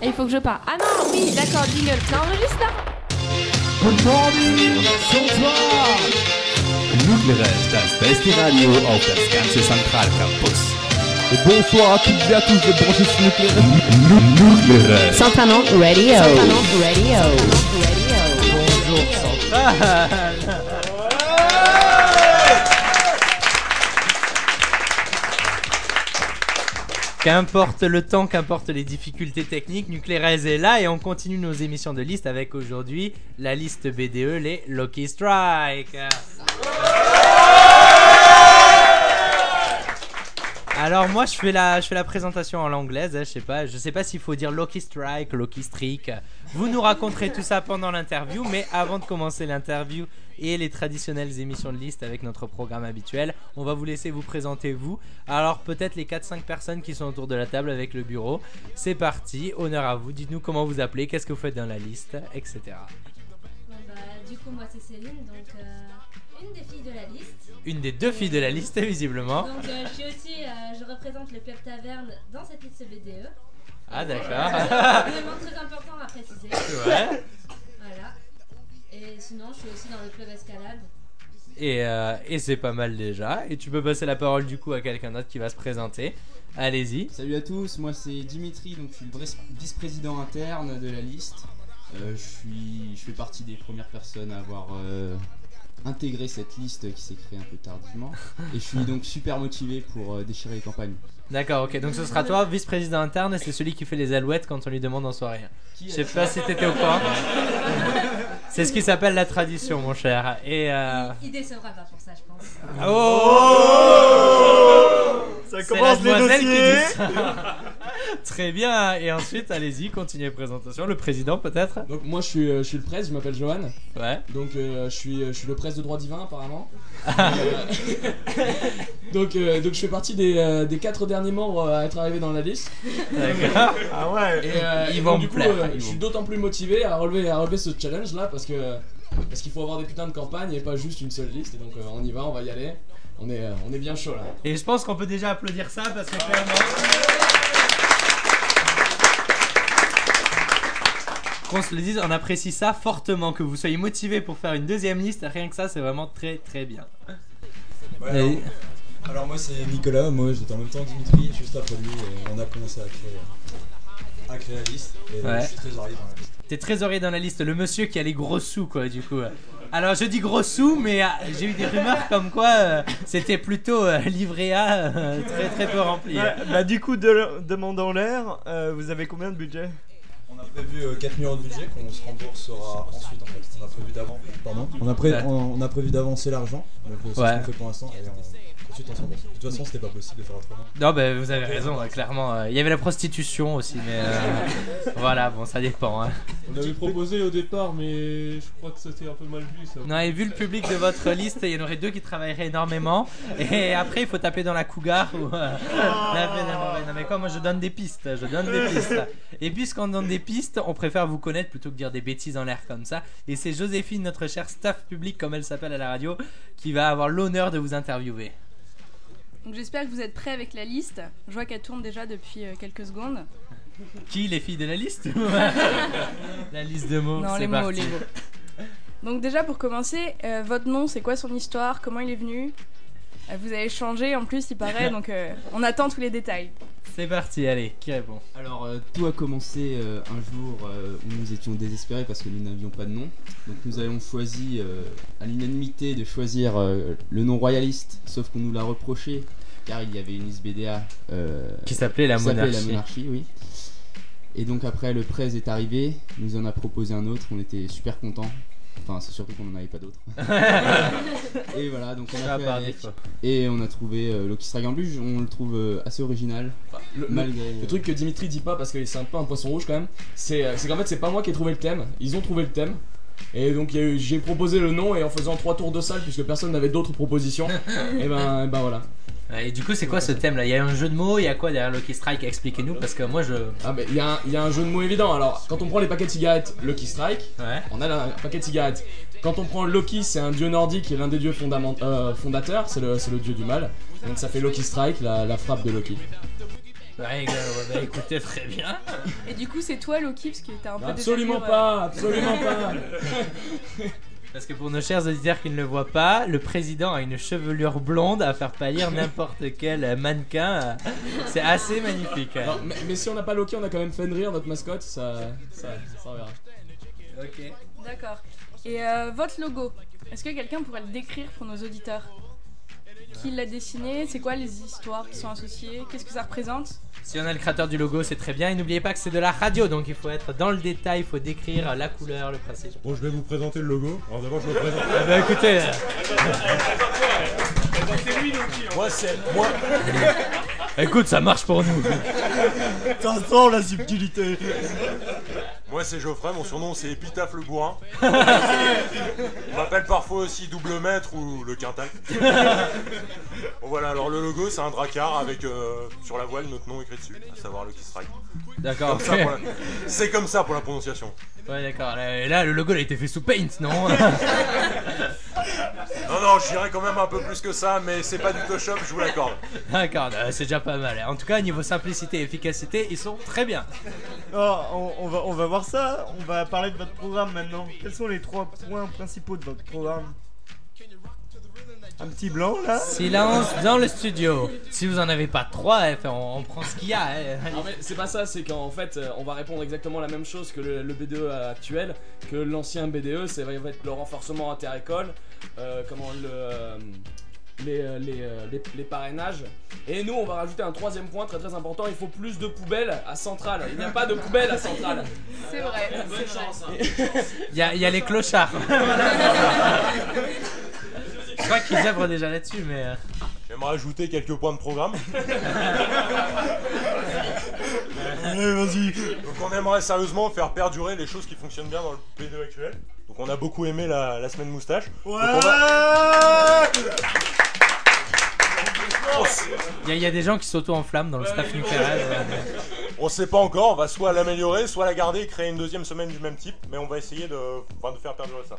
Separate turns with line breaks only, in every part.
Et il faut que je parle. Ah non, oui, d'accord, jingle. Ça enregistre là
Good morning, Sonsoir!
Nucleare, das beste Radio auf das ganze Zentralcampus.
Oh,
Et bonsoir à toutes et à tous de brancher sur Nuclear.
Nucleare,
Santanon Radio. Santanon Radio.
Qu'importe le temps, qu'importe les difficultés techniques, Nuclérez est là et on continue nos émissions de liste avec aujourd'hui la liste BDE, les Lucky Strike. Alors moi je fais la, je fais la présentation en l'anglaise, hein, je sais pas, je sais pas s'il faut dire Lucky Strike, Lucky Streak. Vous nous raconterez tout ça pendant l'interview, mais avant de commencer l'interview et les traditionnelles émissions de liste avec notre programme habituel, on va vous laisser vous présenter vous. Alors peut-être les 4-5 personnes qui sont autour de la table avec le bureau. C'est parti, honneur à vous, dites-nous comment vous appelez, qu'est-ce que vous faites dans la liste, etc.
Bon, bah, du coup, moi c'est Céline, donc euh, une des filles de la liste.
Une des deux filles de la liste visiblement.
Donc euh, je suis aussi, euh, je représente le club taverne dans cette liste E. BDE.
Ah d'accord.
Vraiment très important à préciser.
Ouais.
Voilà. Et sinon, je suis aussi dans le club escalade.
Et, euh, et c'est pas mal déjà. Et tu peux passer la parole du coup à quelqu'un d'autre qui va se présenter. Allez-y.
Salut à tous, moi c'est Dimitri, donc je suis le bres- vice-président interne de la liste. Euh, je, suis, je fais partie des premières personnes à avoir euh, intégré cette liste qui s'est créée un peu tardivement. Et je suis donc super motivé pour euh, déchirer les campagnes.
D'accord, ok. Donc ce sera toi, vice-président interne, et c'est celui qui fait les alouettes quand on lui demande en soirée.
Qui
Je sais pas si t'étais au courant. C'est ce qui s'appelle la tradition, mon cher. Et euh...
Il décevra pas pour ça, je pense.
Oh Ça
commence les dossiers.
Très bien. Et ensuite, allez-y, continuez la présentation. Le président, peut-être
Donc moi je suis, euh, je suis le presse, je m'appelle Johan.
Ouais.
Donc euh, je, suis, je suis le presse de droit divin apparemment. Euh, donc, euh, donc je fais partie des, euh, des quatre derniers membres à être arrivés dans la liste.
D'accord.
Ah ouais
Et, euh,
Ils
et
vont
donc,
me
du coup,
plaire,
euh,
ils
je suis
vont.
d'autant plus motivé à relever, à relever ce challenge là parce que parce qu'il faut avoir des putains de campagnes et pas juste une seule liste. Et donc euh, on y va, on va y aller. On est, euh, on est bien chaud là.
Et je pense qu'on peut déjà applaudir ça parce que clairement. Qu'on se le dise, on apprécie ça fortement. Que vous soyez motivé pour faire une deuxième liste, rien que ça, c'est vraiment très très bien.
alors, alors moi c'est Nicolas, moi j'étais en même temps que Dimitri, juste après lui, et on a commencé à créer, à créer la liste, et euh,
Ouais.
je suis très arrivé dans la liste.
T'es trésorier dans la liste, le monsieur qui a les gros sous, quoi, du coup. Alors, je dis gros sous, mais euh, j'ai eu des rumeurs comme quoi euh, c'était plutôt euh, livret A euh, très très peu rempli. hein.
bah, bah, du coup, de, demandant l'air, euh, vous avez combien de budget
On a prévu euh, 4 millions de budget qu'on se remboursera ensuite en fait, on a prévu d'avant. Pardon On a, pré-
Ouais.
on, on a prévu d'avancer l'argent, donc euh, c'est
Ouais.
ce qu'on fait pour l'instant, et on- ensuite on se rembourse. De toute façon c'était pas possible de faire autrement.
Non, bah, vous avez raison, euh, clairement. euh, Il y avait la prostitution aussi, mais euh, voilà, bon, ça dépend. hein.
On avait proposé au départ, mais je crois que c'était un peu mal vu ça.
Non, et vu le public de votre liste, il y en aurait deux qui travailleraient énormément. Et après, il faut taper dans la cougar. Ou, euh, non, mais, non, mais- non, mais quoi, moi je donne des pistes. Je donne des pistes. Et puisqu'on donne des pistes, on préfère vous connaître plutôt que dire des bêtises en l'air comme ça. Et c'est Joséphine, notre chère staff public, comme elle s'appelle à la radio, qui va avoir l'honneur de vous interviewer.
Donc j'espère que vous êtes prêts avec la liste. Je vois qu'elle tourne déjà depuis euh, quelques secondes.
Qui, les filles de la liste La liste de mots.
non,
c'est
les mots,
parti.
les mots. Donc déjà pour commencer, euh, votre nom, c'est quoi son histoire Comment il est venu Euh, Vous avez changé en plus, il paraît, donc euh, on attend tous les détails.
C'est parti, allez, qui répond
Alors euh, tout a commencé euh, un jour euh, où nous étions désespérés parce que nous n'avions pas de nom. Donc nous avons choisi euh, à l'unanimité de choisir euh, le nom royaliste, sauf qu'on nous l'a reproché car il y avait une liste BDA euh,
Qui s'appelait la
qui s'appelait
monarchie.
la monarchie, oui. Et donc après, le 13 est arrivé, nous en a proposé un autre, on était super contents. Enfin, c'est surtout qu'on n'en avait pas d'autre. et voilà, donc on a
Ça,
fait
par
avec.
défaut.
Et on a trouvé euh, Loki Stragambluge, on le trouve euh, assez original,
Le, le-
malgré...
le truc que Dimitri dit pas parce que c'est un peu un poisson rouge quand même, c'est euh, c'est qu'en fait c'est pas moi qui ai trouvé le thème, ils ont trouvé le thème. Et donc il y a eu- j'ai proposé le nom et en faisant trois tours de salle puisque personne n'avait d'autres propositions, et ben, et ben voilà.
Ouais, Et du coup, c'est quoi ce thème là Il y a un jeu de mots, il y a quoi derrière Lucky Strike Expliquez-nous parce que moi je.
Ah mais il y, a un- il y a un jeu de mots évident, alors quand on prend les paquets de cigarettes, Lucky Strike,
Ouais.
On a là un paquet de cigarettes. Quand on prend Loki, c'est un dieu nordique et l'un des dieux fondament- euh, fondateurs, c'est le, c'est le dieu du mal. Donc ça fait Loki Strike, la, la frappe de Loki.
Ouais, gars, ouais, bah, écoutez, très bien.
Et du coup, c'est toi, Loki, parce que t'as un peu
Absolument
des allures,
pas,
euh,
absolument pas.
Parce que pour nos chers auditeurs qui ne le voient pas, le président a une chevelure blonde à faire pâlir n'importe quel euh, mannequin. euh, C'est assez magnifique. hein.
Non, mais, mais si on n'a pas Loki, on a quand même Fenrir, notre mascotte, ça, ça, ça on verra.
Ok.
euh, D'accord. Et euh, votre logo, est-ce que quelqu'un pourrait le décrire pour nos auditeurs Qui l'a dessiné C'est quoi les histoires qui sont associées Qu'est-ce que ça représente
Si on a le créateur du logo, c'est très bien. Et n'oubliez pas que c'est de la radio, donc il faut être dans le détail, il faut décrire la couleur, le passage.
Bon, je vais vous présenter le logo. Alors d'abord, je me présente.
Ah bah écoutez, euh,
Moi, c'est moi.
écoute, ça marche pour nous.
T'entends la subtilité
Moi c'est Geoffrey, mon surnom c'est Épitaphe le bourrin. On m'appelle parfois aussi double maître ou le quintal. Bon, voilà, alors le logo c'est un dracard avec euh, sur la voile notre nom écrit dessus, à savoir Lucky Strike.
D'accord.
Comme ça pour la- C'est comme ça pour la prononciation.
Ouais, d'accord. Là, et là, le logo il a été fait sous paint, non
Non, non, je dirais quand même un peu plus que ça, mais c'est pas du Photoshop, je vous l'accorde.
D'accord, euh, c'est déjà pas mal. En tout cas, niveau simplicité et efficacité, ils sont très bien.
Ah, on, on va, on va voir ça, on va parler de votre programme maintenant. Quels sont les trois points principaux de votre programme Un petit blanc là
Silence dans le studio. Si vous en avez pas trois, eh, on, on prend ce qu'il y a. eh.
Non, mais c'est pas ça, c'est qu'en fait euh, on va répondre exactement la même chose que le, le BDE actuel, que l'ancien BDE, c'est va être le renforcement inter-école, euh, comment le, euh, les, euh, les, euh, les- les parrainages. Et nous on va rajouter un troisième point très très important, il faut plus de poubelles à Centrale. Il n'y a pas de poubelles à Centrale.
C'est vrai, c'est vrai.
Il y, a- il y a les clochards. Je crois qu'ils œuvrent déjà là-dessus, mais. euh,
J'aimerais ajouter quelques points de programme.
Allez, vas-y
Donc on aimerait sérieusement faire perdurer les choses qui fonctionnent bien dans le P2 actuel. Donc on a beaucoup aimé la, la semaine moustache. Donc, on va- on s-
Il y, a- il y a des gens qui s'auto-enflamment dans le staff nucléaire. euh. ouais.
On sait pas encore, on va soit l'améliorer, soit la garder et créer une deuxième semaine du même type, mais on va essayer de, enfin, de faire perdurer ça.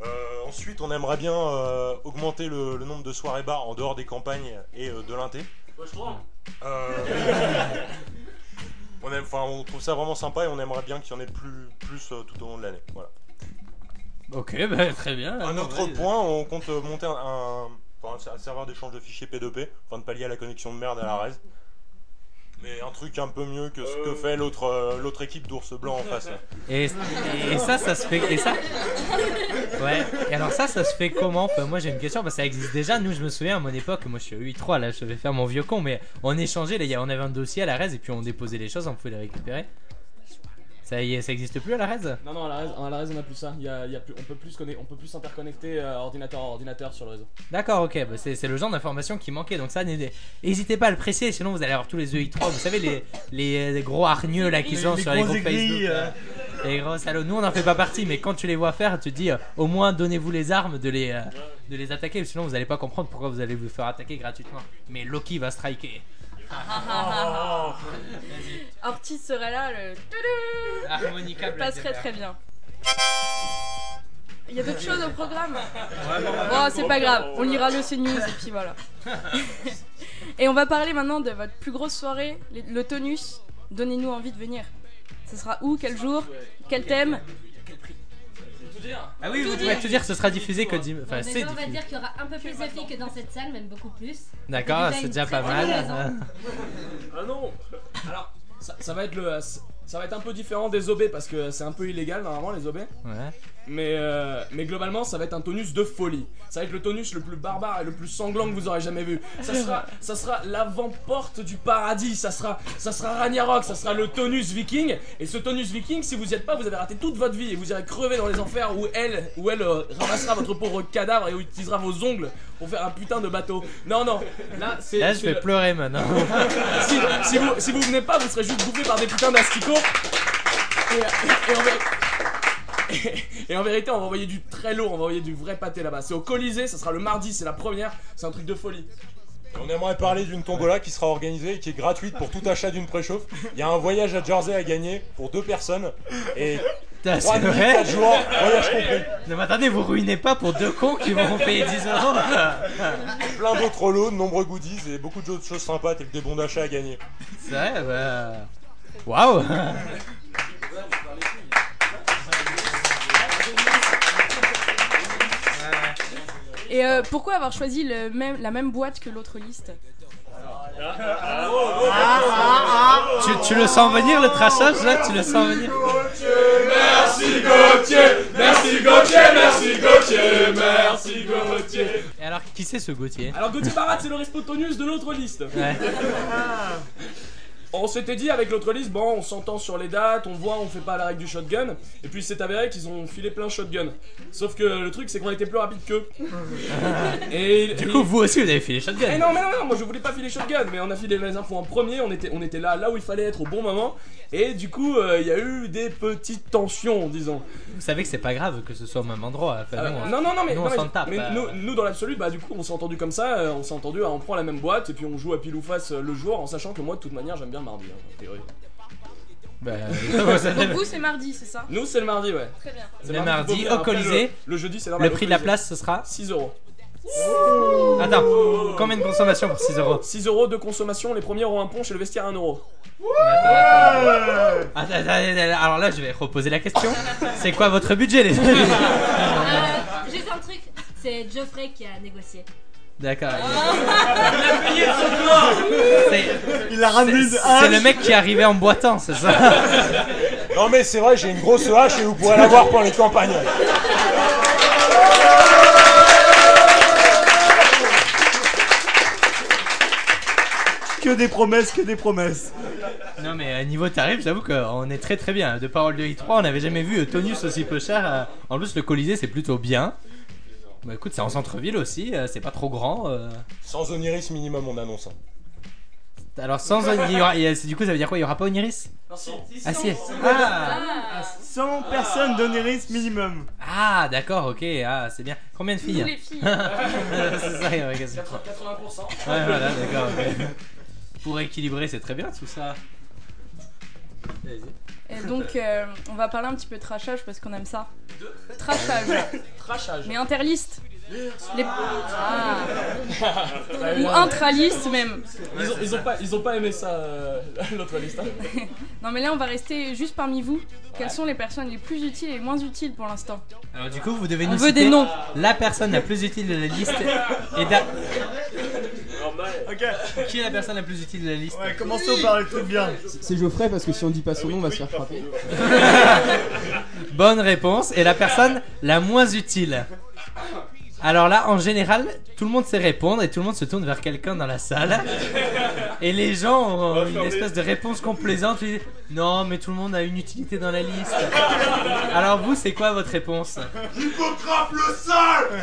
Euh, ensuite, on aimerait bien euh, augmenter le, le nombre de soirées bars en dehors des campagnes et euh, de l'inté. Euh, on, aime, enfin, on trouve ça vraiment sympa et on aimerait bien qu'il y en ait plus, plus euh, tout au long de l'année. Voilà.
Ok, bah, très bien.
Un
Ah,
autre
ouais.
point, on compte euh, monter un, un- enfin, un serveur d'échange de fichiers P2P, afin de pallier à la connexion de merde à la RES. Mais un truc un peu mieux que ce que fait l'autre euh, l'autre équipe d'ours blanc en face. là.
Et, et ça, ça se fait. Et ça. Ouais. Et alors, ça, ça se fait comment Enfin, Moi, j'ai une question. Parce que ça existe déjà. Nous, je me souviens à mon époque, moi, je suis à 8-3, là, je vais faire mon vieux con. Mais on échangeait, là, il y a- on avait un dossier à la RES et puis on déposait les choses, on pouvait les récupérer. Ça y est, ça existe plus à la RES
Non non à la raison, à la raison, on a plus ça, Il y a- il y a plus- on peut plus conna- on peut plus s'interconnecter euh, ordinateur à ordinateur sur le réseau.
D'accord, ok, bah, c'est c'est le genre d'information qui manquait, donc ça, n'hésitez- n'hésitez pas à le presser, sinon vous allez avoir tous les EI3, vous savez, les, les, les gros hargneux là qui
Les-
sont
les
sur les
gros
groupes
aigris,
Facebook.
euh.
là. Les gros salauds, nous on n'en fait pas partie, mais quand tu les vois faire, tu te dis euh, au moins donnez-vous les armes de les, euh, de les attaquer, sinon vous n'allez pas comprendre pourquoi vous allez vous faire attaquer gratuitement. Mais Loki va striker.
Ortiz serait là, le toudou
Harmonica
passerait très bien. Il y a d'autres choses au programme
Bon,
Bon, c'est pas grave, on lira le CNews et puis voilà. et on va parler maintenant de votre plus grosse soirée, les- le tonus. Donnez-nous envie de venir. Ce sera où, quel jour, quel thème
Ah oui, vous pouvez tout dire, ce sera diffusé que dim- Enfin,
Bon,
c'est
déjà, on va
diffusé.
dire qu'il y aura un peu plus de filles que dans cette salle, même beaucoup plus.
D'accord,
déjà
c'est
une
déjà
très
pas
bonne
mal.
Ah non Alors, ça, ça va être le. Ça va être un peu différent des OB parce que c'est un peu illégal normalement les OB.
Ouais.
Mais, euh, mais globalement, ça va être un tonus de folie. Ça va être le tonus le plus barbare et le plus sanglant que vous aurez jamais vu. Ça sera, ça sera l'avant-porte du paradis. Ça sera, ça sera Ragnarok. Ça sera le tonus viking. Et ce tonus viking, si vous y êtes pas, vous avez raté toute votre vie et vous irez crever dans les enfers où elle, où elle euh, ramassera votre pauvre cadavre et où utilisera vos ongles pour faire un putain de bateau. Non, non. Là, c'est.
Là, je
c'est
vais
le-
pleurer maintenant.
si, si vous, si vous venez pas, vous serez juste bouffé par des putains d'asticots. Et, et- et en vé- et en vérité, on va envoyer du très lourd, on va envoyer du vrai pâté là-bas. C'est au Colisée, ça sera le mardi, c'est la première, c'est un truc de folie.
On aimerait parler d'une tombola qui sera organisée et qui est gratuite pour tout achat d'une préchauffe. Il y a un voyage à Jersey à gagner pour deux personnes et
Putain,
Trois
c'est
minutes,
vrai
quatre jours. Voyage compris.
Non, mais attendez, vous ruinez pas pour deux cons qui vont vous payer 10 euros.
Plein d'autres lots, de nombreux goodies et beaucoup d'autres choses sympas telles que des bons d'achat à gagner.
C'est vrai, bah. Waouh
Et euh, pourquoi avoir choisi le même, la même boîte que l'autre liste
tu, tu le sens venir le traçage là Tu le sens venir
Merci Gauthier, merci Gauthier, merci Gauthier, merci Gauthier.
Et alors, qui c'est ce Gauthier
Alors Gauthier Barat, c'est le respontonus de l'autre liste.
Ouais.
On s'était dit avec l'autre liste, bon, on s'entend sur les dates, on voit, on fait pas la règle du shotgun. Et puis c'est avéré qu'ils ont filé plein shotgun. Sauf que le truc, c'est qu'on était plus rapide qu'eux. Et
Du coup, vous aussi vous avez filé shotgun.
Eh non, mais non, non, moi je voulais pas filer shotgun, mais on a filé les infos en premier, on était, on était là, là où il fallait être au bon moment. Et du coup, euh, il y a eu des petites tensions, disons.
Vous savez que c'est pas grave que ce soit au même endroit. Enfin,
Ah,
nous, on-
non, non, non, mais,
Bah hein. nous,
non,
on
mais-
s'en tape.
mais
euh.
nous, nous, dans l'absolu, bah du coup, on s'est entendu comme ça, euh, on s'est entendu, ah, on prend la même boîte et puis on joue à pile ou face euh, le jour, en sachant que moi, de toute manière, j'aime bien le mardi, hein, en théorie.
Bah,
Donc vous, c'est mardi, c'est ça
Nous, c'est le mardi, ouais.
Très bien.
C'est
Le mardi
beau-
au
après,
Colisée.
Le, le jeudi, c'est
Le
normal.
prix de la place, ce sera
6 euros.
Attends, combien de consommation pour 6 euros
6 euros de consommation, les premiers auront un punch et le vestiaire 1 euro.
Attends, attends, attends, attends, Alors là, je vais reposer la question. C'est quoi votre budget, les amis
Euh, juste un truc, c'est Geoffrey qui a négocié.
D'accord. Ah.
payé
C'est-
Il a ramené
c'est-
une hache.
C'est le mec qui est arrivé en boitant, c'est ça
Non mais c'est vrai, j'ai une grosse hache et vous pourrez la voir pendant les campagnes.
Que des promesses, que des promesses.
Non mais à niveau tarif, j'avoue qu'on est très très bien. De parole de I3, on n'avait jamais vu euh, Tonus aussi peu cher. euh, En plus, le Colisée, c'est plutôt bien. Bah écoute, c'est en centre-ville aussi, euh, c'est pas trop grand. euh.
Sans Oniris minimum, on annonce.
Alors sans... il y aura- il y a- c'est- Du coup, ça veut dire quoi Il y aura pas Oniris Ah si Ah,
100 personnes d'onéris minimum.
Ah, d'accord, ok, ah, c'est bien. Combien de filles
Tous les filles.
C'est ça, il y a la question.
80%.
Ouais, voilà, d'accord, ok. Pour équilibrer, c'est très bien tout ça.
Et donc, euh, on va parler un petit peu de trashage parce qu'on aime ça. Trashage.
Trashage.
Mais interliste. Les... Ah.
Ouais,
Ou
ouais.
intraliste même.
Ils ont, ils ont pas, ils ont pas aimé ça, euh, l'autre liste. hein.
Non mais là, on va rester juste parmi vous. Quelles sont les personnes les plus utiles et les moins utiles pour l'instant
Alors du coup, vous devez
On
nous
veut
citer
des noms.
la personne la plus utile de la liste et d'a- qui est la personne la plus utile de la liste
Ouais, commençons par le truc bien.
C'est Geoffrey parce que si on dit pas son nom, on va se faire frapper.
Bonne réponse et la personne la moins utile. Alors là, en général, tout le monde sait répondre et tout le monde se tourne vers quelqu'un dans la salle. Et les gens ont une espèce de réponse complaisante. Ils disent, non, mais tout le monde a une utilité dans la liste. Alors vous, c'est quoi votre réponse
Hippocrape le sale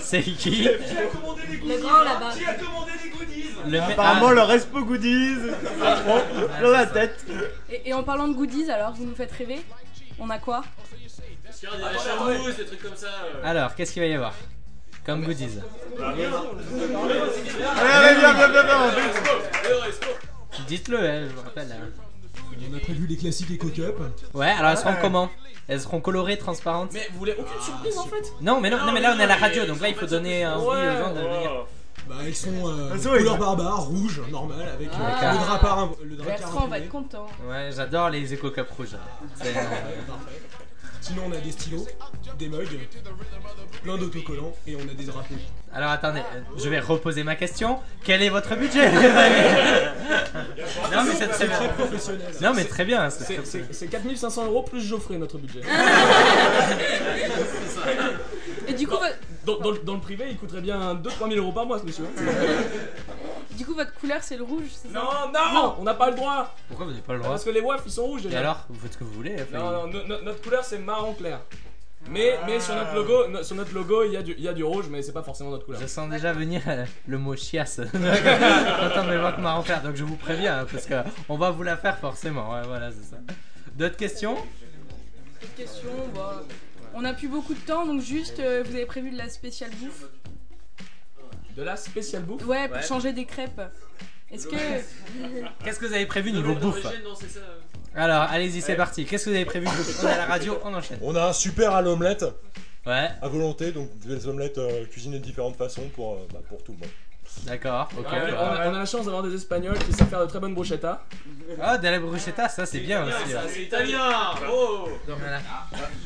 C'est qui
Le grand là-bas.
Le mec-
Apparemment,
ah.
le respo goodies. Bon, dans la tête.
Et, et en parlant de goodies, alors, vous nous faites rêver On a quoi
des trucs comme ça.
Alors, qu'est-ce qu'il va y avoir Comme goodies. Dites-le, hein, je vous rappelle. hein.
On a prévu les classiques éco-cup.
Ouais, alors elles seront comment Elles seront colorées, transparentes
Mais vous voulez aucune surprise en fait
Non, mais non, non, mais là on a la radio, donc là il faut donner envie
Ouais.
aux gens de venir.
Bah, elles sont euh,
Elles sont
couleur
les-
barbare, rouge, normal, avec euh,
Ah.
le drapard. Le drapard
Bertrand, on va être content.
Ouais, j'adore les éco cup rouges. C'est-
Sinon, on a des stylos, des mugs, plein d'autocollants et on a des drapeaux.
Alors attendez, euh, je vais reposer ma question. Quel est votre budget les amis Non mais c'est très bien. Non mais très bien. hein, c'est-
C'est- C'est c'est 4500 euros plus Geoffrey notre budget.
Et du coup, vo-
Dans, dans le- dans le privé, il coûterait bien 2-3 000 euros par mois ce monsieur.
du coup votre couleur, c'est le rouge, c'est ça
Non, non, on n'a pas le droit.
Pourquoi vous n'avez pas le droit
Parce que les WAF ils sont rouges.
Et
déjà.
alors, vous faites ce que vous voulez. hein, enfin,
Non, non, no- no- notre couleur c'est marron clair. Mais, mais sur notre logo, no- sur notre logo, il y a du, il y a du rouge, mais c'est pas forcément notre couleur.
Je sens déjà venir euh, le mot chiasse. Quand on me voit que marron faire, donc je vous préviens hein, parce que on va vous la faire forcément. Ouais, voilà, c'est ça. D'autres questions
Autre question, bah, on a plus beaucoup de temps, donc juste, euh, vous avez prévu de la spéciale bouffe
De la spéciale bouffe.
Ouais, pour changer des crêpes. Est-ce que...
euh.
Qu'est-ce que vous avez prévu niveau bouffe Alors, allez-y, c'est parti. Qu'est-ce que vous avez prévu de- On a la radio, on enchaîne.
On a un super à l'omelette.
Ouais.
À volonté, donc des omelettes euh, cuisinées de différentes façons pour, euh, bah, pour tout le monde.
D'accord, ok.
Ouais, on, a, on a la chance d'avoir des Espagnols qui savent faire de très bonnes hein. bruschetta.
Ah, de la bruschetta, ça c'est bien aussi. hein.
ça,
ouais.
c'est
Italien oh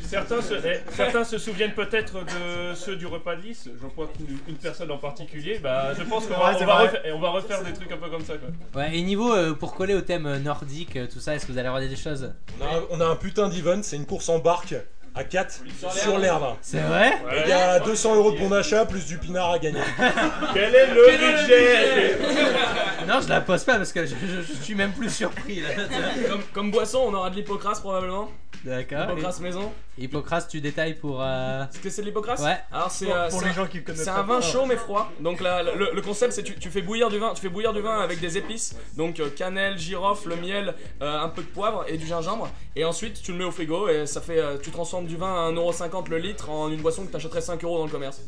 Certains se, eh, certains se souviennent peut-être de ceux du repas de lice, je crois qu'une une personne en particulier, bah je pense qu'on va,
Ouais, c'est
on va
vrai.
refaire, eh, on va refaire des trucs un peu comme ça quoi.
Ouais, et niveau euh, pour coller au thème euh, nordique, euh, tout ça, est-ce que vous allez regarder des choses
On a, on a un putain d'event, c'est une course en barque à 4 sur l'herbe.
C'est vrai
Et Il y a 200 euros de bon d'achat plus du pinard à gagner.
Quel est le budget
Non, je la pose pas parce que je, je- je suis même plus surpris là.
comme, comme boisson, on aura de l'hypocrase probablement.
D'accord.
Hippocrate maison.
Hippocrate, tu détailles pour. euh,
Est-ce que c'est de l'hypocrase
Ouais.
Alors c'est
Pour-
euh,
pour
c'est
les
un-
gens qui connaissent
C'est
pas
un vin
trop.
chaud mais froid. Donc la- le, le concept c'est tu, tu fais bouillir du vin, tu fais bouillir du vin avec des épices, donc euh, cannelle, girofle, le miel, euh, un peu de poivre et du gingembre. Et ensuite tu le mets au frigo et ça fait, euh, tu transformes du vin à 1,50€ le litre en une boisson que t'achèterais 5€ dans le commerce.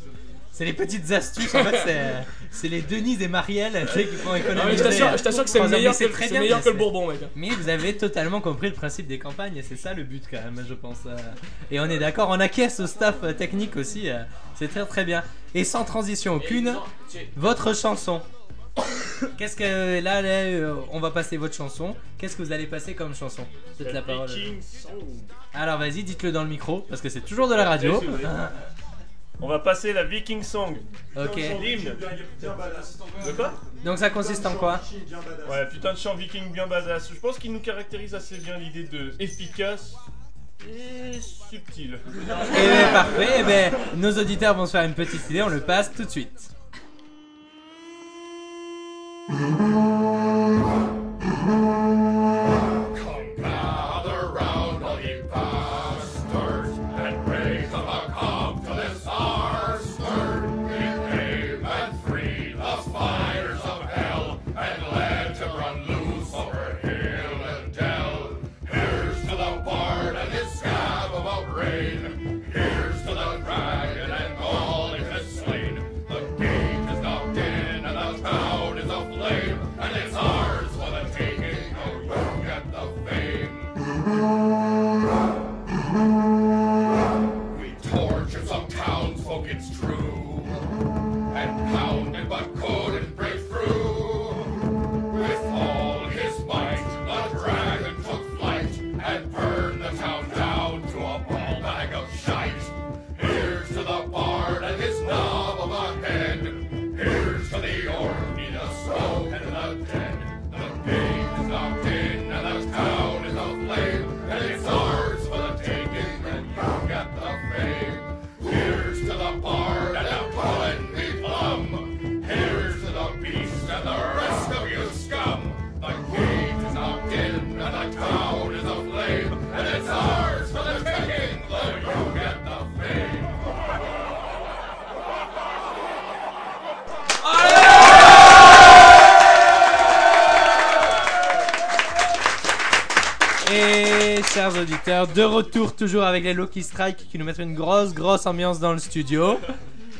C'est les petites astuces en fait, c'est, euh, c'est les Denise et Marielle tu sais, qui font économiser.
Ah, mais je t'assure- je t'assure que c'est
Enfin,
meilleur
mais
que le- c'est meilleur
mais
que le
c'est-
Bourbon, mec.
Mais vous avez totalement compris le principe des campagnes, et c'est ça le but quand même, je pense. euh. Et on est d'accord, on acquiesce au staff euh, technique aussi, euh, c'est très très bien. Et sans transition aucune, votre chanson. Qu'est-ce que là, là, euh, on va passer votre chanson. Qu'est-ce que vous allez passer comme chanson Peut-être la parole. Alors vas-y, dites-le dans le micro parce que c'est toujours de la radio.
On va passer la Viking Song.
Ok.
L'hymne. De quoi
Donc ça consiste en quoi
Ouais, putain de chant viking bien badass. Je pense qu'il nous caractérise assez bien l'idée de efficace et subtil.
Eh ben parfait, eh ben, nos auditeurs vont se faire une petite idée, on le passe tout de suite.
Gather round, all ye bastards, and raise up a confidence our stern. We came and freed the fires of hell, and let him run loose over hill and dell. Here's to the bard and his scab about rain. Here's to the dragon and all it has slain. The gate is knocked in and the town is aflame, and it's ours for the taking. Oh, you get the fame. We torture some townsfolk, it's true, and pounded but couldn't break through. With all his might, the dragon took flight and burned the town down to a ball bag of shite. Here's to the bard and his knob of a head. Here's to the orny, the smoke, and the dead. The gate is knocked in and the town is aflame, and it's ours for the taking, and you get the fame. Here's to the bard and the pollen we plumb. Here's to the beast and the rest of you scum. The gate is knocked in and the town is aflame, and it's ours for the taking, and you get the fame.
Et chers auditeurs, de retour toujours avec les Loki Strike qui nous mettent une grosse grosse ambiance dans le studio.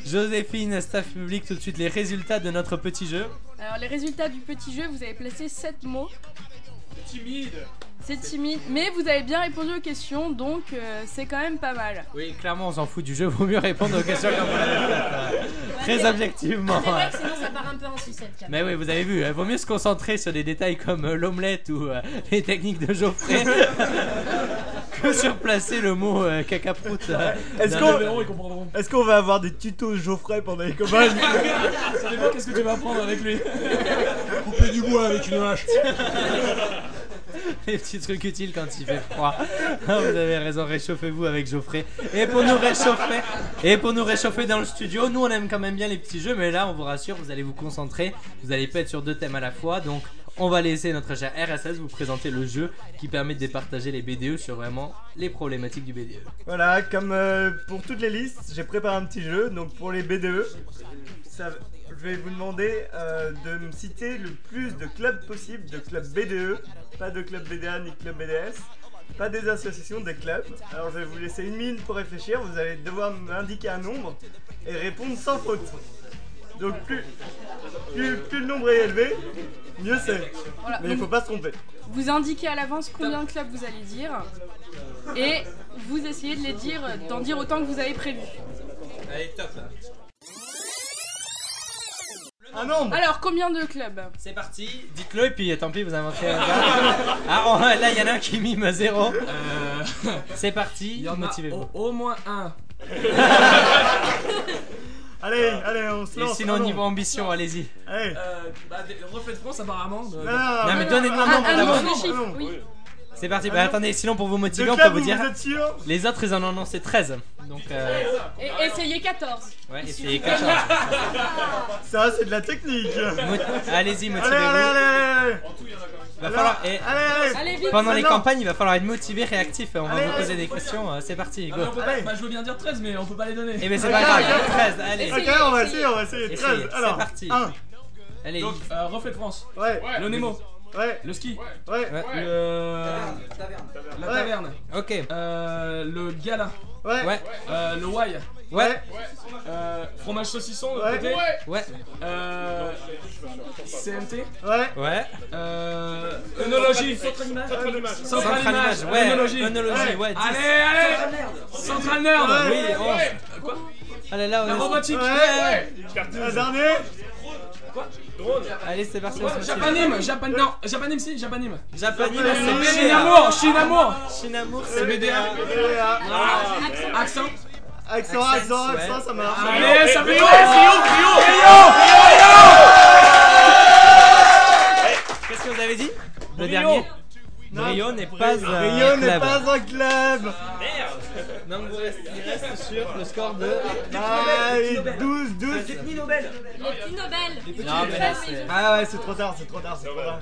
Joséphine, staff public, tout de suite les résultats de notre petit jeu.
Alors les résultats du petit jeu, vous avez placé 7 mots.
Timide.
C'est timide, mais vous avez bien répondu aux questions, donc euh, c'est quand même pas mal.
Oui, clairement, on s'en fout du jeu, vaut mieux répondre aux questions comme on l'avait fait, euh, Très objectivement. hein.
C'est vrai que sinon ça part un peu en sucette quand
Mais oui, vous avez vu, il vaut mieux se concentrer sur des détails comme euh, l'omelette ou euh, les techniques de Geoffrey que sur placer le mot euh, cacaproute. euh,
Est-ce
dans
qu'on
le-
Oh,
est-ce qu'on va avoir des tutos Geoffrey pendant les campagnes
Ça dépend qu'est-ce que tu vas apprendre avec lui.
Couper du bois avec une hache.
Les petits trucs utiles quand il fait froid. Ah, vous avez raison, réchauffez-vous avec Geoffrey. Et pour nous réchauffer, et pour nous réchauffer dans le studio, nous on aime quand même bien les petits jeux, mais là on vous rassure, vous allez vous concentrer, vous allez pas être sur deux thèmes à la fois, donc on va laisser notre cher RSS vous présenter le jeu qui permet de départager les BDE sur vraiment les problématiques du E. BDE.
Voilà, comme euh, pour toutes les listes, j'ai préparé un petit jeu. Donc pour les BDE, ça- je vais vous demander euh, de me citer le plus de clubs possible, de clubs BDE, pas de clubs BDA ni clubs BDS, pas des associations, des clubs. Alors je vais vous laisser une minute pour réfléchir, vous allez devoir m'indiquer un nombre et répondre sans faute. Donc plus, plus, plus le nombre est élevé, mieux c'est.
Voilà,
Mais il
donc-
faut pas se tromper.
Vous indiquez à l'avance combien de clubs vous allez dire et vous essayez de les dire, d'en dire autant que vous avez prévu.
Allez, top.
Alors combien de clubs
C'est parti. Dites-le et puis tant pis, vous inventez. un. ah, on- là, il y en a un qui mime à zéro. C'est parti. Motivez-vous.
Au moins un.
Allez, allez, on
Et sinon, niveau ambition, allez-y.
Euh, bah, des- reflet de France apparemment. Non,
non, Ah, mais donnez-nous un
Ah,
nombre d'abord. C'est parti. Bah,
Ah non.
attendez, sinon, pour vous motiver,
Le
on peut
club
vous
où
dire.
vous êtes sûr
Les autres, ils en ont annoncé 13. Donc, euh,
Et essayez 14.
ouais,
Il
essayez
suffit.
14.
Ça, c'est de la technique.
Mot- Allez-y, motivez-vous.
Allez, allez, allez, allez.
Va
Alors,
falloir- et-
allez, allez. Allez, vite,
pendant les
maintenant.
campagnes, il va falloir être motivé, réactif. On va
Allez,
vous
allez.
poser des questions. euh, C'est parti,
Ah,
go.
mais on peut pas, bah, je veux bien dire 13, mais on peut pas les donner.
Eh ben, c'est pas grave, 13, allez.
Ok, on va essayer, on va essayer. 13,
Essayez,
alors.
c'est parti.
1.
Allez,
Donc, euh, reflet de France.
Ouais.
Le Nemo.
Ouais.
Le ski.
Ouais.
Le. La
Ouais.
taverne.
Ok.
Euh, le gala.
Ouais.
Ouais.
Euh, le why.
Ouais.
Euh, fromage saucisson de
Ouais.
côté.
Ouais.
Ouais.
Euh, CMT.
Ouais.
Ouais.
Euh, œnologie.
Centrale image. Centrale image.
Central
Central
Image,
Image, ouais,
Œnologie.
Œnologie, ouais, dix.
Allez, allez Central Nerd
Oui, on-
Quoi
Allez, là, on
La
est-
robotique
Ouais.
Le dernier.
Allez, c'est parti. on
Quoi
se motive.
Japanime Japan... Non, Japanime si, Japanime
Japanime,
Chine
c'est BDA.
Amour, Chine Amour
Shinamour,
C'est BDA
BDA.
Ah, Accent
Accent, accent, accent, ça marche.
Allez, ça fait
Crio, crio,
Qu'est-ce que vous avez dit Le dernier Rio n'est pas un
Rio n'est
club.
pas un club.
Donc vous restez- il reste sur le score de.
Ah, Aïe, 12, 12.
Bah,
Les petits Nobel.
Non, mais là, c'est-
Ah ouais, c'est trop tard, c'est trop tard, c'est trop tard.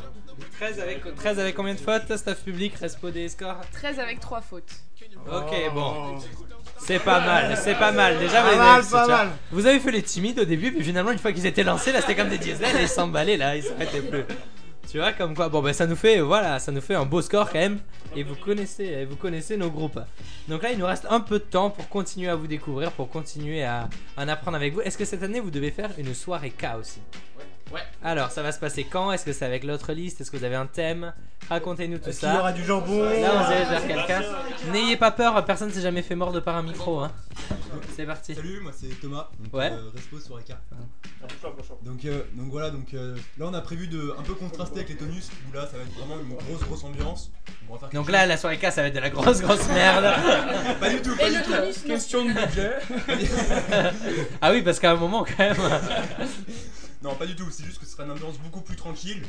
13 avec, 13 avec combien de fautes Staff public, Respo des scores
13 avec 3 fautes.
Ok, bon. C'est pas mal, c'est pas mal. Déjà,
Oh. Pas
vous,
mal,
avez,
pas
tiens,
mal.
vous avez fait les timides au début, puis finalement, une fois qu'ils étaient lancés, là, c'était comme des diesels, ils s'emballaient, là, ils s'arrêtaient plus. Tu vois, comme quoi, bon, ben ça nous fait, voilà, ça nous fait un beau score quand même. Et vous connaissez, et vous connaissez nos groupes. Donc là, il nous reste un peu de temps pour continuer à vous découvrir, pour continuer à à en apprendre avec vous. Est-ce que cette année, vous devez faire une soirée K aussi
Ouais.
Alors, ça va se passer quand Est-ce que c'est avec l'autre liste Est-ce que vous avez un thème Racontez-nous tout
Est-ce
ça.
qu'il y Euh, aura du jambon
Là, on dirige vers quelqu'un. N'ayez pas peur, personne s'est jamais fait mort de par un micro. Hein. C'est parti.
Salut, moi c'est Thomas. Donc,
Ouais.
euh, Respo sur Eka. Donc, euh, donc voilà, donc euh, là on a prévu de un peu contraster avec les tonus où là ça va être vraiment une grosse grosse ambiance. On va faire quelque
Donc là,
chose-
la soirée K, ça va être de la grosse, grosse merde.
pas du tout, pas du tout.
Question de budget.
ah oui, parce qu'à un moment, quand même.
non, pas du tout, c'est juste que ce sera une ambiance beaucoup plus tranquille.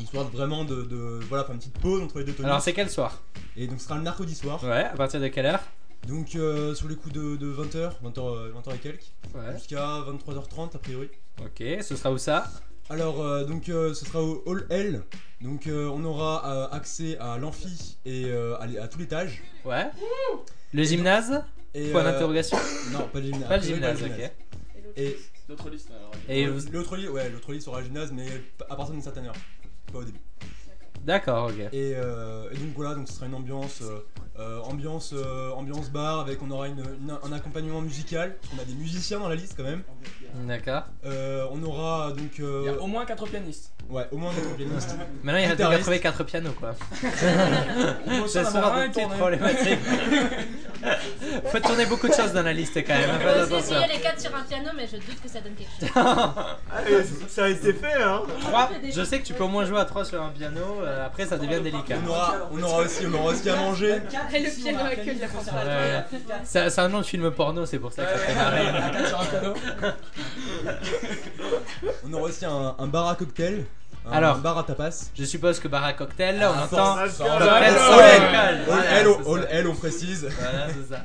Histoire de vraiment de, de- voilà, faire une petite pause entre les deux tonus.
Alors, c'est quel soir
Et donc ce sera le mercredi soir.
Ouais, à partir de quelle heure
Donc euh, sur les coups de, 20h, 20h, euh, et quelques, jusqu'à 23h30 a priori.
Ok, ce sera où ça
Alors euh, donc euh, ce sera au Hall L, donc euh, on aura euh, accès à l'amphi et euh, à, les- à tout l'étage.
Ouais. Le gymnase
Et,
Point
euh,
d'interrogation
Non, pas le gymnase.
Pas le
A priori,
gymnase, ok.
Et
L'autre liste alors.
Et
Euh,
vous-
l'autre lit, ouais, l'autre lit sera le gymnase, mais à partir d'une certaine heure, pas au début.
D'accord, ok.
Et, euh, et donc voilà, donc ce sera une ambiance, euh, euh, ambiance, euh, ambiance bar avec on aura une, une- un accompagnement musical parce qu'on a des musiciens dans la liste quand même.
D'accord.
Euh, on aura donc euh,
Il y a au moins 4 pianistes.
ouais au moins un pianiste.
Maintenant, il reste plus qu'à
Guitariste.
trouver 4 pianos, quoi.
On peut
Ça
s'en
sera
avoir un
un
et
petit
tourner.
problématique. Faut tourner beaucoup de choses dans la liste, quand même. hein, Faites
J'ai
attention.
essayé les 4 sur un piano, mais je doute que ça donne quelque chose.
Ah,
Allez, ça a été fait, hein.
Trois. Je sais que tu peux au moins jouer à 3 sur un piano, euh, après ça devient délicat.
On aura, on aura aussi, on aura aussi à manger.
Et le piano à queue de la France.
Euh, c'est c'est un nom de film porno, c'est pour ça que ça fait marrer.
On aura aussi un, un bar à cocktail. Un
Alors.
bar à tapas.
Je suppose que bar à cocktail, là, on
Ah,
entend.
force-
cocktail
force-
sans
All
alcool.
L,
Voilà,
all L,
Ah, c'est
all
ça.
L, oh, on précise.
Voilà, c'est ça.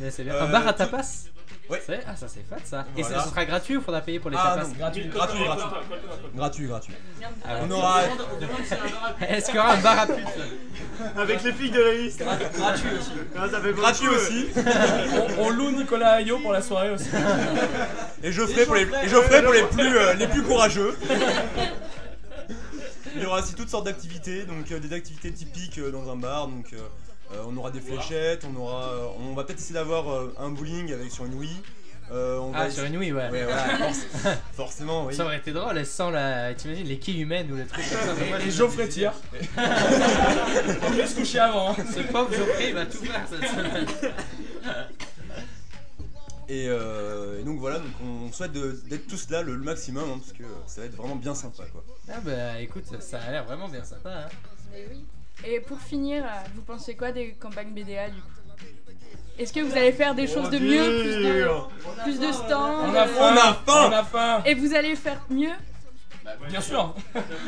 Mais c'est bien.
Euh,
un bar à
tout-
tapas
Ouais.
C'est- Ah, ça c'est fat ça. Et
Voilà.
ça ce sera gratuit ou faudra payer pour les
Ah
tapas
non, gratuit, gratuit, gratuit. Gratuit, gratuit.
Ah,
On
ouais.
aura.
Est-ce qu'il y aura un bar à Ah, pute
Avec les filles de la liste.
Gratuit aussi.
Ah, ça fait
Gratuit
beaucoup,
aussi.
on, on loue Nicolas Ayo pour la soirée aussi.
Et Geoffrey pour les, et Geoffrey pour les plus, euh, les plus courageux. Il y aura aussi toutes sortes d'activités, donc euh, des activités typiques euh, dans un bar. Donc euh, euh, on aura des fléchettes, on aura, euh, on va peut-être essayer d'avoir euh, un bowling avec sur une Wii.
euh, on
Ah,
va
sur
essayer-
une oui, ouais.
voilà, forc- forcément, oui.
Ça aurait été drôle sans la. T'imagines les quilles humaines ou le truc.
Et- et
Geoffrey tire.
On peut se coucher avant. hein.
Ce pauvre Geoffrey, il va tout faire cette semaine.
Et, euh, et donc voilà, donc on souhaite de- d'être tous là le, le maximum hein, parce que ça va être vraiment bien sympa quoi.
Ah bah écoute, ça a l'air vraiment bien sympa. Hein.
Et pour finir, euh, vous pensez quoi des campagnes BDA du coup Est-ce que vous allez faire des choses de mieux plus de, plus de stands
On a
euh,
faim, on a faim.
Et vous allez faire mieux
Bien sûr.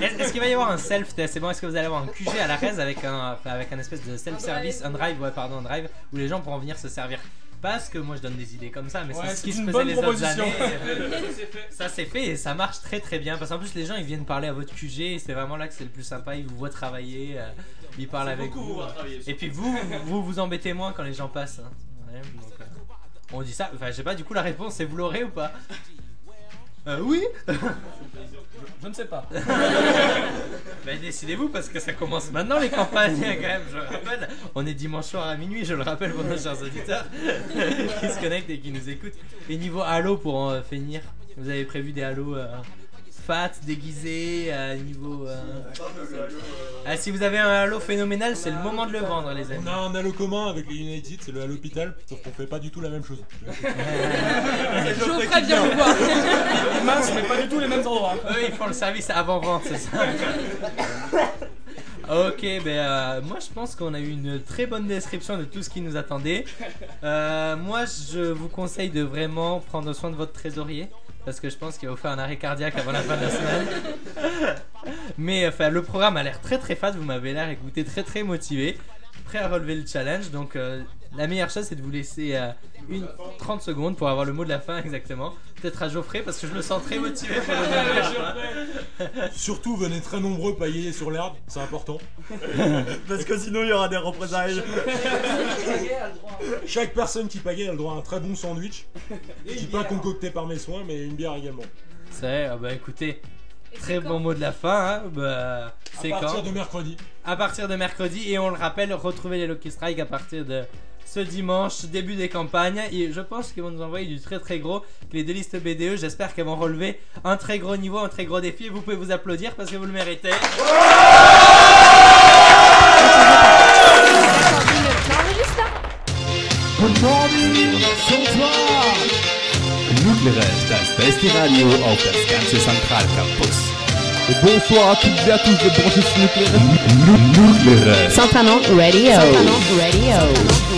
Est- Est-ce qu'il va y avoir un self-test C'est bon, est-ce que vous allez avoir un QG à la raise avec un, enfin, avec un espèce de self-service, un drive, ouais, pardon, un drive, où les gens pourront venir se servir Parce que moi je donne des idées comme ça, mais
Ouais,
c'est ce qui
c'est
se
une
faisait
bonne
les autres
proposition.
années. ça c'est fait et ça marche très très bien. Parce qu'en plus, les gens ils viennent parler à votre QG et c'est vraiment là que c'est le plus sympa. Ils vous voient travailler, euh, ils parlent
C'est
avec
beaucoup vous
vous.
voir travailler,
et
surtout.
puis vous, vous- vous vous embêtez moins quand les gens passent. hein. Ouais, donc, euh, on dit ça, enfin je sais pas, du coup la réponse c'est vous l'aurez ou pas Euh, Oui
Je- Je ne sais pas.
ben décidez-vous parce que ça commence maintenant les campagnes hein, quand même, je le rappelle. On est dimanche soir à minuit, je le rappelle pour nos chers auditeurs qui se connectent et qui nous écoutent. Et niveau halo pour en euh, finir, vous avez prévu des halos euh, fat, déguisés, euh, niveau... euh, Ah si vous avez un halo phénoménal, c'est le moment de le vendre les amis.
On a un halo commun avec les United, c'est le halo hôpital, sauf qu'on fait pas du tout la même chose.
Geoffrey,
bien
viens
vous
voir.
Mince, on n'est pas du tout les mêmes endroits.
Eux, ils font le service avant-vente, c'est ça Ok, ben euh, moi je pense qu'on a eu une très bonne description de tout ce qui nous attendait. Euh, moi je vous conseille de vraiment prendre soin de votre trésorier parce que je pense qu'il va vous faire un arrêt cardiaque avant la fin de la semaine. Mais enfin, le programme a l'air très très fat, vous m'avez l'air écouté très très motivé, prêt à relever le challenge. Donc euh, la meilleure chose c'est de vous laisser euh, une, 30 secondes pour avoir le mot de la fin exactement. Peut-être à Geoffrey parce que je le sens très motivé pour le mot de la fin.
Surtout, venez très nombreux pailler sur l'herbe, c'est important.
Parce que sinon, il y aura des représailles.
Chaque personne qui pagaie a le droit à un très bon sandwich, qui est pas concocté par mes soins, mais une bière également.
C'est, bah écoutez, très bon mot de la fin. hein. Bah, c'est quand
partir de mercredi.
À partir de mercredi, et on le rappelle, retrouvez les Lucky Strike à partir de ce dimanche, début des campagnes. Et je pense qu'ils vont nous envoyer du très très gros. que Les deux listes BDE, j'espère qu'elles vont relever un très gros niveau, un très gros défi. Vous pouvez vous applaudir parce que vous le méritez.
Guten Morgen zum Tor. Nucleret, das beste Radio auf das ganze Zentralcampus. Bonsoir à toutes et à tous de brancher sur Nucleret. Nucleret.
Santanon Radio. Santanon Radio.